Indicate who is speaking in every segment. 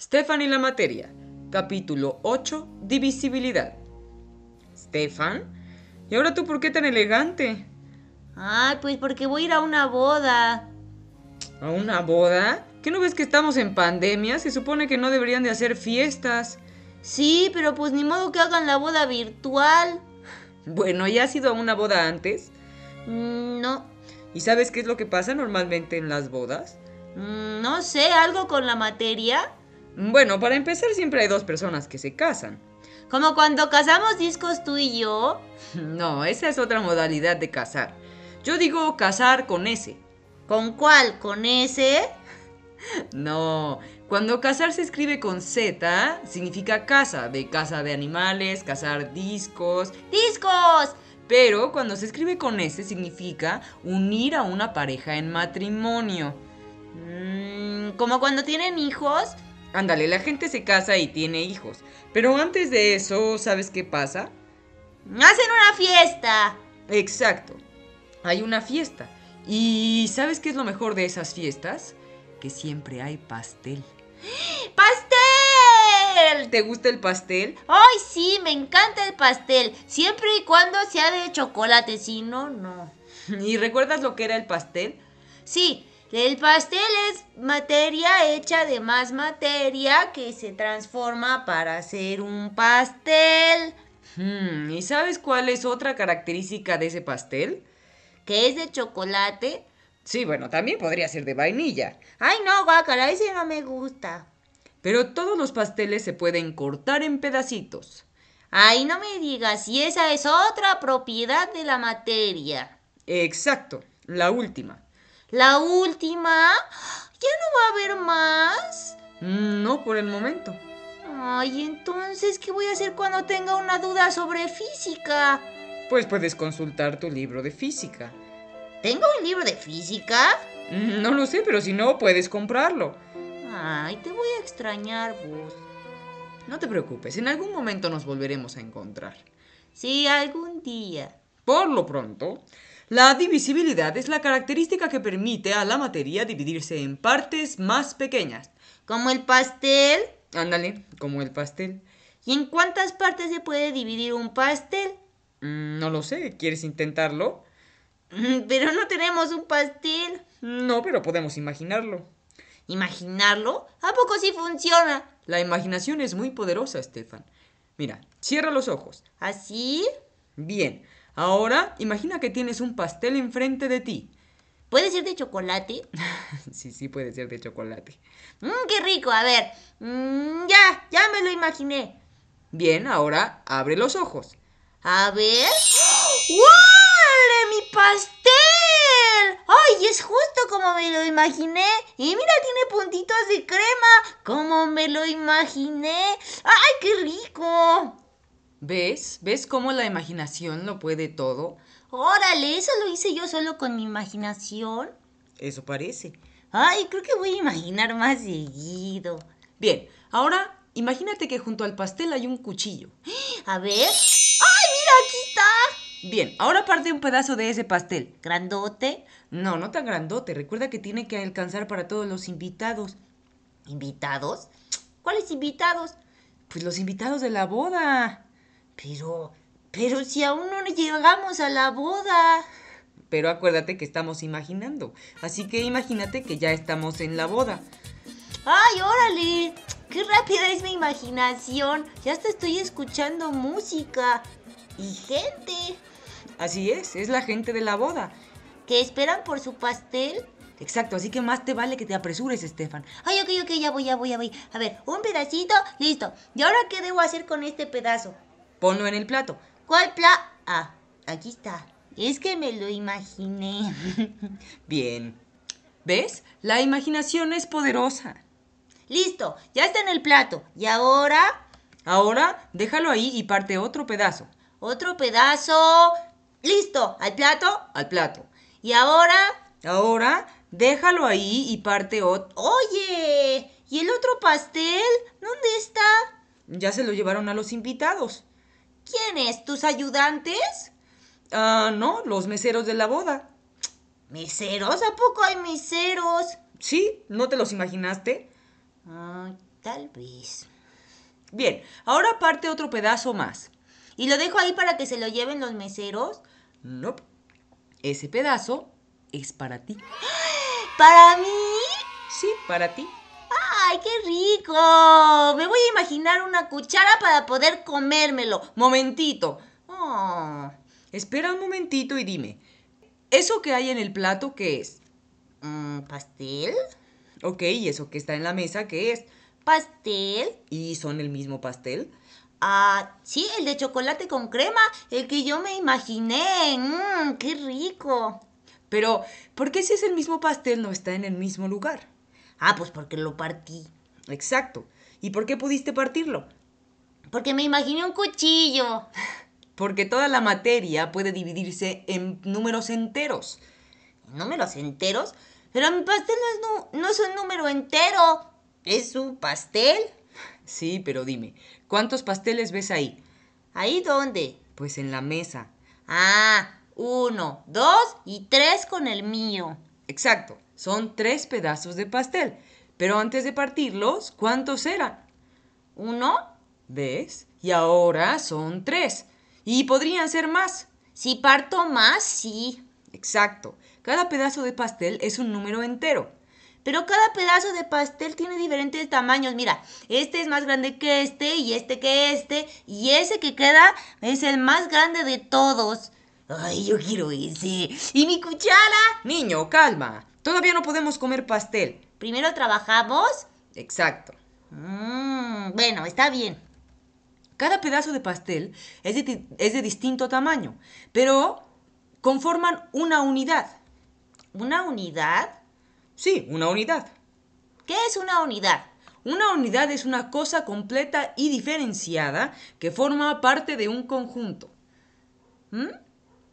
Speaker 1: Stefan y la materia, capítulo 8, divisibilidad. Stefan, ¿y ahora tú por qué tan elegante?
Speaker 2: Ay, pues porque voy a ir a una boda.
Speaker 1: ¿A una boda? ¿Qué no ves que estamos en pandemia? Se supone que no deberían de hacer fiestas.
Speaker 2: Sí, pero pues ni modo que hagan la boda virtual.
Speaker 1: Bueno, ¿ya has ido a una boda antes?
Speaker 2: Mm, No,
Speaker 1: ¿Y sabes qué es lo que pasa normalmente en las bodas?
Speaker 2: Mm, no sé, algo con la materia.
Speaker 1: Bueno, para empezar siempre hay dos personas que se casan.
Speaker 2: Como cuando casamos discos tú y yo.
Speaker 1: No, esa es otra modalidad de casar. Yo digo casar con ese.
Speaker 2: ¿Con cuál? ¿Con ese?
Speaker 1: No, cuando casar se escribe con Z, significa casa, de casa de animales, cazar discos,
Speaker 2: ¡Discos!
Speaker 1: pero cuando se escribe con S significa unir a una pareja en matrimonio.
Speaker 2: Mm, como cuando tienen hijos.
Speaker 1: Ándale, la gente se casa y tiene hijos, pero antes de eso, ¿sabes qué pasa?
Speaker 2: ¡Hacen una fiesta!
Speaker 1: Exacto, hay una fiesta. ¿Y sabes qué es lo mejor de esas fiestas? Que siempre hay pastel.
Speaker 2: ¡Pastel!
Speaker 1: ¿Te gusta el pastel?
Speaker 2: ¡Ay, sí! Me encanta el pastel. Siempre y cuando sea de chocolate. Si no, no.
Speaker 1: ¿Y recuerdas lo que era el pastel?
Speaker 2: Sí, el pastel es materia hecha de más materia que se transforma para hacer un pastel
Speaker 1: Hmm, ¿Y sabes cuál es otra característica de ese pastel?
Speaker 2: que es de chocolate.
Speaker 1: Sí, bueno, también podría ser de vainilla.
Speaker 2: Ay, no, guácala, ese no me gusta.
Speaker 1: Pero todos los pasteles se pueden cortar en pedacitos.
Speaker 2: Ay, no me digas, y esa es otra propiedad de la materia.
Speaker 1: Exacto, la última.
Speaker 2: La última, ¿ya no va a haber más?
Speaker 1: Mm, No por el momento.
Speaker 2: Ay, entonces, ¿qué voy a hacer cuando tenga una duda sobre física?
Speaker 1: Pues puedes consultar tu libro de física.
Speaker 2: ¿Tengo un libro de física?
Speaker 1: Mm, No lo sé, pero si no, puedes comprarlo.
Speaker 2: Ay, te voy a extrañar vos.
Speaker 1: No te preocupes, en algún momento nos volveremos a encontrar.
Speaker 2: Sí, algún día.
Speaker 1: Por lo pronto, la divisibilidad es la característica que permite a la materia dividirse en partes más pequeñas.
Speaker 2: Como el pastel.
Speaker 1: Ándale, como el pastel.
Speaker 2: ¿Y en cuántas partes se puede dividir un pastel?
Speaker 1: Mm, No lo sé, ¿quieres intentarlo?
Speaker 2: Mm, Pero no tenemos un pastel.
Speaker 1: No, pero podemos imaginarlo.
Speaker 2: ¿Imaginarlo? ¿A poco sí funciona?
Speaker 1: La imaginación es muy poderosa, Stefan. Mira, cierra los ojos.
Speaker 2: ¿Ah, ¿Así?
Speaker 1: Bien, ahora imagina que tienes un pastel enfrente de ti.
Speaker 2: ¿Puede ser de chocolate?
Speaker 1: sí, sí, puede ser de chocolate.
Speaker 2: Mmm, qué rico. A ver. Mm, ya, ya me lo imaginé.
Speaker 1: Bien, ahora abre los ojos.
Speaker 2: A ver. ¡Wow! ¡Mi pastel! ¡Ay, es justo como me lo imaginé! Y mira, tiene puntitos de crema, como me lo imaginé. ¡Ay, qué rico!
Speaker 1: ¿Ves? ¿Ves cómo la imaginación lo puede todo?
Speaker 2: Órale, eso lo hice yo solo con mi imaginación.
Speaker 1: Eso parece.
Speaker 2: Ay, creo que voy a imaginar más seguido.
Speaker 1: Bien, ahora imagínate que junto al pastel hay un cuchillo.
Speaker 2: A ver. ¡Ay, mira, aquí está!
Speaker 1: Bien, ahora parte un pedazo de ese pastel.
Speaker 2: Grandote,
Speaker 1: No, no tan grandote. Recuerda que tiene que alcanzar para todos los invitados.
Speaker 2: invitados. ¿Cuáles invitados?
Speaker 1: Pues los invitados de la boda.
Speaker 2: Pero, pero si aún no llegamos a la boda.
Speaker 1: Pero acuérdate que estamos imaginando. Así que imagínate que ya estamos en la boda.
Speaker 2: ¡Ay, órale! ¡Qué rápida es mi imaginación! Ya hasta estoy escuchando música y gente
Speaker 1: Así es, es la gente de la boda.
Speaker 2: que esperan por su pastel.
Speaker 1: Exacto, así que más te vale que te apresures, Estefan.
Speaker 2: Ay, ok, ok, ya voy, ya voy, ya voy. A ver, un pedacito, listo. ¿Y ahora qué debo hacer con este pedazo?
Speaker 1: Ponlo en el plato.
Speaker 2: ¿Cuál pla...? Ah, aquí está. Es que me lo imaginé.
Speaker 1: Bien. ¿Ves? La imaginación es poderosa.
Speaker 2: listo, ya está en el plato. Y ahora,
Speaker 1: Ahora déjalo ahí y parte otro pedazo.
Speaker 2: otro pedazo. Listo, al plato.
Speaker 1: Al plato.
Speaker 2: Y ahora,
Speaker 1: Ahora déjalo ahí y parte otro.
Speaker 2: Oye, ¿y el otro pastel? ¿Dónde está?
Speaker 1: Ya se lo llevaron a los invitados.
Speaker 2: ¿Quién es? ¿Tus ayudantes?
Speaker 1: Ah, no, los meseros de la boda.
Speaker 2: ¿Meseros? ¿A poco hay meseros?
Speaker 1: Sí, ¿no te los imaginaste?
Speaker 2: Ah, Tal vez.
Speaker 1: Bien, ahora parte otro pedazo más.
Speaker 2: ¿Y lo dejo ahí para que se lo lleven los meseros?
Speaker 1: No, ese pedazo es para ti.
Speaker 2: ¿Para mí?
Speaker 1: Sí, para ti.
Speaker 2: ¡Ay, qué rico! Me voy a imaginar una cuchara para poder comérmelo.
Speaker 1: Momentito.
Speaker 2: Oh,
Speaker 1: Espera un momentito y dime. ¿Eso que hay en el plato qué es?
Speaker 2: mm, ¿Pastel?
Speaker 1: Ok, ¿y eso que está en la mesa qué es?
Speaker 2: ¿Pastel?
Speaker 1: ¿Y son el mismo pastel?
Speaker 2: Ah, sí, el de chocolate con crema, el que yo me imaginé. Mmm, qué rico.
Speaker 1: Pero, ¿por qué si es el mismo pastel no está en el mismo lugar?
Speaker 2: Ah, pues porque lo partí.
Speaker 1: Exacto. ¿Y por qué pudiste partirlo?
Speaker 2: Porque me imaginé un cuchillo.
Speaker 1: Porque toda la materia puede dividirse en números enteros.
Speaker 2: ¿Números enteros? Pero mi pastel no es, nu- no es un número entero. Es un pastel.
Speaker 1: Sí, pero dime, ¿cuántos pasteles ves ahí?
Speaker 2: ¿Ahí dónde?
Speaker 1: Pues en la mesa.
Speaker 2: Ah, uno, dos y tres con el mío.
Speaker 1: Exacto, son tres pedazos de pastel. Pero antes de partirlos, ¿cuántos eran?
Speaker 2: Uno,
Speaker 1: ¿Ves? Y ahora son tres. Y podrían ser más.
Speaker 2: si parto más, sí.
Speaker 1: Exacto. Cada pedazo de pastel es un número entero.
Speaker 2: Pero cada pedazo de pastel tiene diferentes tamaños. Mira, este es más grande que este y este que este. Y ese que queda es el más grande de todos. Ay, yo quiero ese. ¿Y mi cuchara?
Speaker 1: Niño, calma. Todavía no podemos comer pastel.
Speaker 2: Primero trabajamos.
Speaker 1: Exacto.
Speaker 2: Mm, bueno, está bien.
Speaker 1: Cada pedazo de pastel es de, ti- es de distinto tamaño, pero conforman una unidad.
Speaker 2: ¿Una unidad?
Speaker 1: Sí, una unidad.
Speaker 2: ¿Qué es una unidad?
Speaker 1: Una unidad es una cosa completa y diferenciada que forma parte de un conjunto. ¿Mm?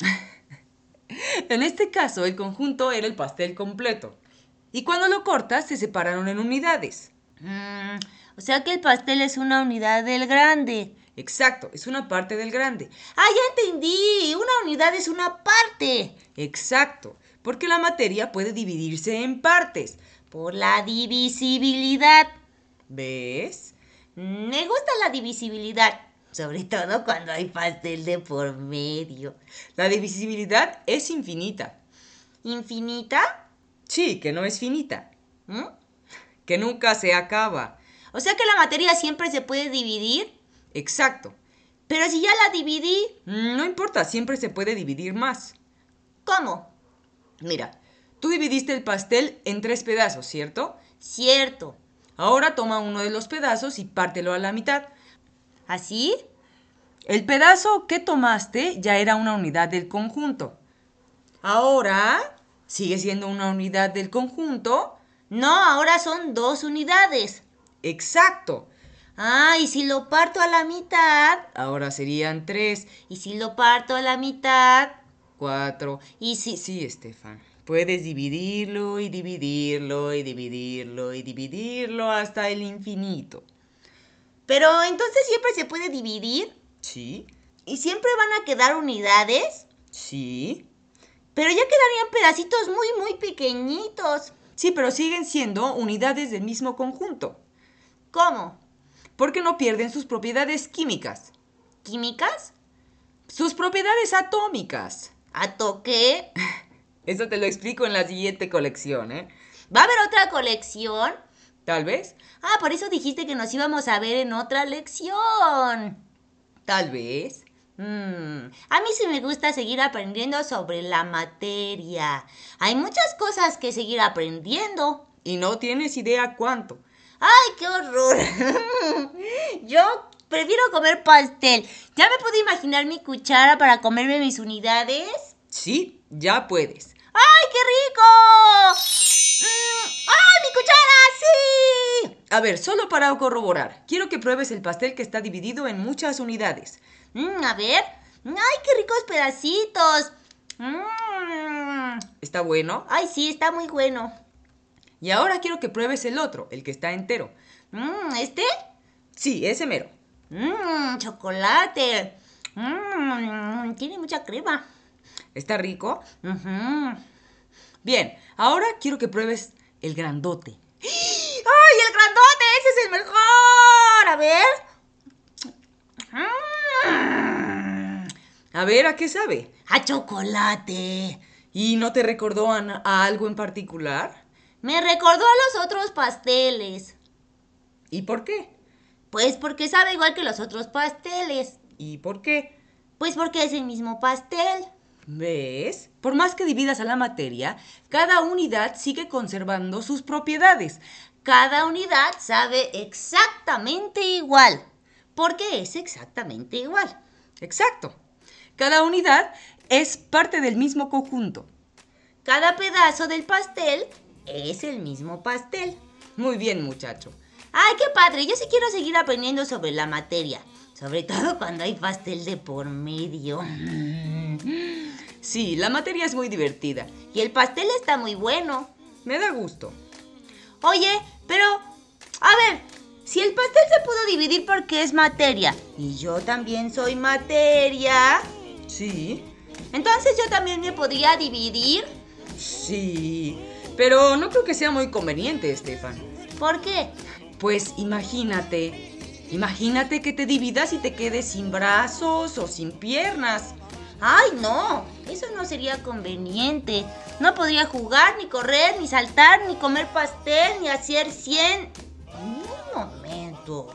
Speaker 1: en este caso, el conjunto era el pastel completo. Y cuando lo cortas, se separaron en unidades.
Speaker 2: Mm, o sea que el pastel es una unidad del grande.
Speaker 1: Exacto, es una parte del grande.
Speaker 2: Ah, ya entendí. Una unidad es una parte.
Speaker 1: Exacto, porque la materia puede dividirse en partes.
Speaker 2: Por la divisibilidad.
Speaker 1: ¿Ves?
Speaker 2: Me gusta la divisibilidad, sobre todo cuando hay pastel de por medio.
Speaker 1: La divisibilidad es infinita.
Speaker 2: ¿Infinita?
Speaker 1: Sí, que no es finita,
Speaker 2: ¿Mm?
Speaker 1: que nunca se acaba.
Speaker 2: O sea que la materia siempre se puede dividir,
Speaker 1: Exacto.
Speaker 2: pero si ya la dividí,
Speaker 1: Mm, No importa, siempre se puede dividir más.
Speaker 2: ¿cómo?
Speaker 1: Mira, tú dividiste el pastel en tres pedazos, ¿cierto?
Speaker 2: Cierto.
Speaker 1: Ahora toma uno de los pedazos y pártelo a la mitad.
Speaker 2: ¿Así?
Speaker 1: El pedazo que tomaste ya era una unidad del conjunto. Ahora sigue siendo una unidad del conjunto.
Speaker 2: No, ahora son dos unidades.
Speaker 1: Exacto.
Speaker 2: Ah, y si lo parto a la mitad,
Speaker 1: Ahora serían tres,
Speaker 2: y si lo parto a la mitad,
Speaker 1: cuatro.
Speaker 2: y si...
Speaker 1: Sí, Estefan. Puedes dividirlo y dividirlo y dividirlo y dividirlo hasta el infinito.
Speaker 2: Pero entonces siempre se puede dividir
Speaker 1: ¿Sí?
Speaker 2: y siempre van a quedar unidades.
Speaker 1: ¿Sí?
Speaker 2: Pero ya quedarían pedacitos muy, muy pequeñitos.
Speaker 1: Sí, pero siguen siendo unidades del mismo conjunto,
Speaker 2: ¿Cómo?
Speaker 1: porque no pierden sus propiedades químicas,
Speaker 2: ¿Químicas?
Speaker 1: sus propiedades atómicas.
Speaker 2: ¿A toque?
Speaker 1: Eso te lo explico en la siguiente colección, ¿eh?
Speaker 2: ¿Va a haber otra colección?
Speaker 1: Tal vez,
Speaker 2: Ah, por eso dijiste que nos íbamos a ver en otra lección.
Speaker 1: tal vez.
Speaker 2: Mm, a mí sí me gusta seguir aprendiendo sobre la materia. Hay muchas cosas que seguir aprendiendo.
Speaker 1: Y no tienes idea cuánto.
Speaker 2: ¡Ay, qué horror! Yo prefiero comer pastel. ¿Ya me puedo imaginar mi cuchara para comerme mis unidades?
Speaker 1: Sí, ya puedes.
Speaker 2: ¡Ay, qué rico! Mm, ¡Ay, mi cuchara! ¡Sí!
Speaker 1: A ver, solo para corroborar, quiero que pruebes el pastel que está dividido en muchas unidades.
Speaker 2: Mm, a ver. ¡Ay, qué ricos pedacitos! Mm,
Speaker 1: ¿Está bueno?
Speaker 2: ¡Ay, sí, está muy bueno!
Speaker 1: Y ahora quiero que pruebes el otro, el que está entero.
Speaker 2: Mm, ¿Este?
Speaker 1: Sí, ese mero.
Speaker 2: Mmm, chocolate. Mmm, tiene mucha crema.
Speaker 1: ¿Está rico?
Speaker 2: Ujú.
Speaker 1: Bien, ahora quiero que pruebes el grandote.
Speaker 2: ¡Ay, el grandote! ¡Ese es el mejor!
Speaker 1: ver a qué sabe.
Speaker 2: A chocolate.
Speaker 1: ¿Y no te recordó a, na- a algo en particular?
Speaker 2: Me recordó a los otros pasteles.
Speaker 1: ¿Y por qué?
Speaker 2: Pues porque sabe igual que los otros pasteles.
Speaker 1: ¿Y por qué?
Speaker 2: Pues porque es el mismo pastel.
Speaker 1: ¿Ves? Por más que dividas a la materia, cada unidad sigue conservando sus propiedades.
Speaker 2: Cada unidad sabe exactamente igual. Porque es exactamente igual.
Speaker 1: Exacto. Cada unidad es parte del mismo conjunto.
Speaker 2: Cada pedazo del pastel es el mismo pastel.
Speaker 1: Muy bien, muchacho.
Speaker 2: ¡Ay, qué padre! Yo sí quiero seguir aprendiendo sobre la materia. Sobre todo cuando hay pastel de por medio.
Speaker 1: Sí, la materia es muy divertida.
Speaker 2: Y el pastel está muy bueno.
Speaker 1: Me da gusto.
Speaker 2: Oye, pero... A ver, si el pastel se pudo dividir porque es materia. Y yo también soy materia.
Speaker 1: Sí,
Speaker 2: Entonces yo también me podría dividir.
Speaker 1: sí. Pero no creo que sea muy conveniente, Estefan.
Speaker 2: ¿Por qué?
Speaker 1: Pues imagínate. Imagínate que te dividas y te quedes sin brazos o sin piernas.
Speaker 2: Ay, no, eso no sería conveniente. No podría jugar, ni correr, ni saltar, ni comer pastel, ni hacer 100. Un momento.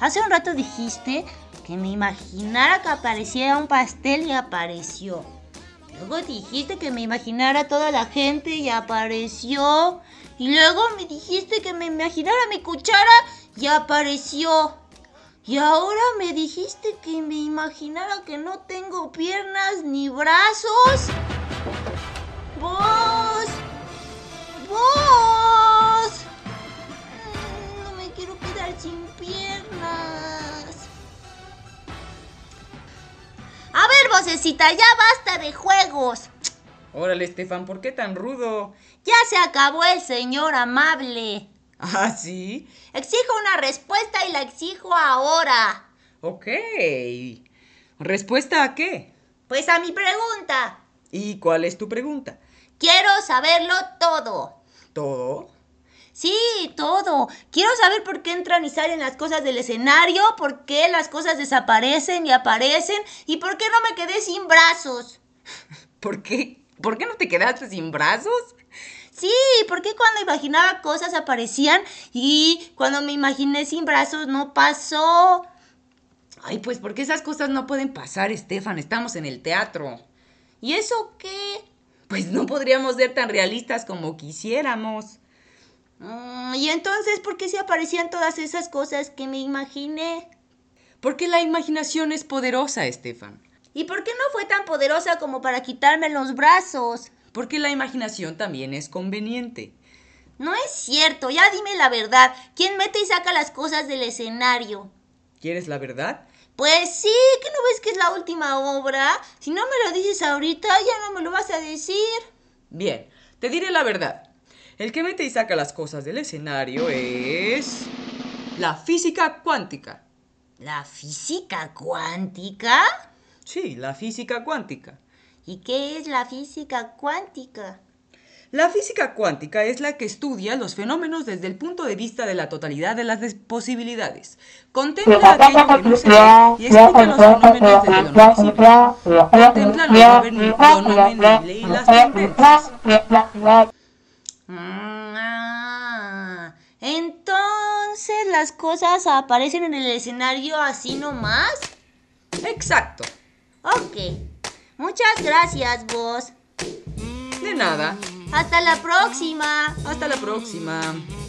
Speaker 2: Hace un rato dijiste que me imaginara que apareciera un pastel y apareció. Luego dijiste que me imaginara toda la gente y apareció. Y luego me dijiste que me imaginara mi cuchara y apareció. Y ahora me dijiste que me imaginara que no tengo piernas ni brazos. Vos. Vos. Mm, No me quiero quedar sin piernas. A ver, vocecita, ya basta de juegos.
Speaker 1: Órale, Estefan, ¿por qué tan rudo?
Speaker 2: Ya se acabó el señor amable.
Speaker 1: Ah, sí.
Speaker 2: Exijo una respuesta y la exijo ahora.
Speaker 1: Ok. ¿Respuesta a qué?
Speaker 2: Pues a mi pregunta.
Speaker 1: ¿Y cuál es tu pregunta?
Speaker 2: Quiero saberlo todo.
Speaker 1: ¿Todo?
Speaker 2: Sí, todo. Quiero saber por qué entran y salen las cosas del escenario, por qué las cosas desaparecen y aparecen y por qué no me quedé sin brazos.
Speaker 1: ¿Por qué? ¿Por qué no te quedaste sin brazos?
Speaker 2: Sí, por qué cuando imaginaba cosas aparecían y cuando me imaginé sin brazos no pasó.
Speaker 1: Ay, pues porque esas cosas no pueden pasar, Estefan. Estamos en el teatro.
Speaker 2: ¿Y eso qué?
Speaker 1: Pues no podríamos ser tan realistas como quisiéramos.
Speaker 2: Mm, y entonces, ¿por qué se aparecían todas esas cosas que me imaginé?
Speaker 1: Porque la imaginación es poderosa, Estefan.
Speaker 2: ¿Y por qué no fue tan poderosa como para quitarme los brazos?
Speaker 1: Porque la imaginación también es conveniente.
Speaker 2: No es cierto, ya dime la verdad. ¿Quién mete y saca las cosas del escenario?
Speaker 1: ¿Quieres la verdad?
Speaker 2: Pues sí, que no ves que es la última obra. Si no me lo dices ahorita, ya no me lo vas a decir.
Speaker 1: Bien, te diré la verdad. El que mete y saca las cosas del escenario es... La física cuántica.
Speaker 2: ¿La física cuántica?
Speaker 1: Sí, la física cuántica.
Speaker 2: ¿Y qué es la física cuántica?
Speaker 1: La física cuántica es la que estudia los fenómenos desde el punto de vista de la totalidad de las des- posibilidades. Contempla aquello que no se ve y explica los fenómenos desde lo no visible. Contempla lo no ven- lo no vendible y las tendencias.
Speaker 2: Mm, ah, entonces las cosas aparecen en el escenario así nomás.
Speaker 1: Exacto.
Speaker 2: Ok. Muchas gracias, vos.
Speaker 1: De nada.
Speaker 2: Hasta la próxima.
Speaker 1: Hasta la próxima.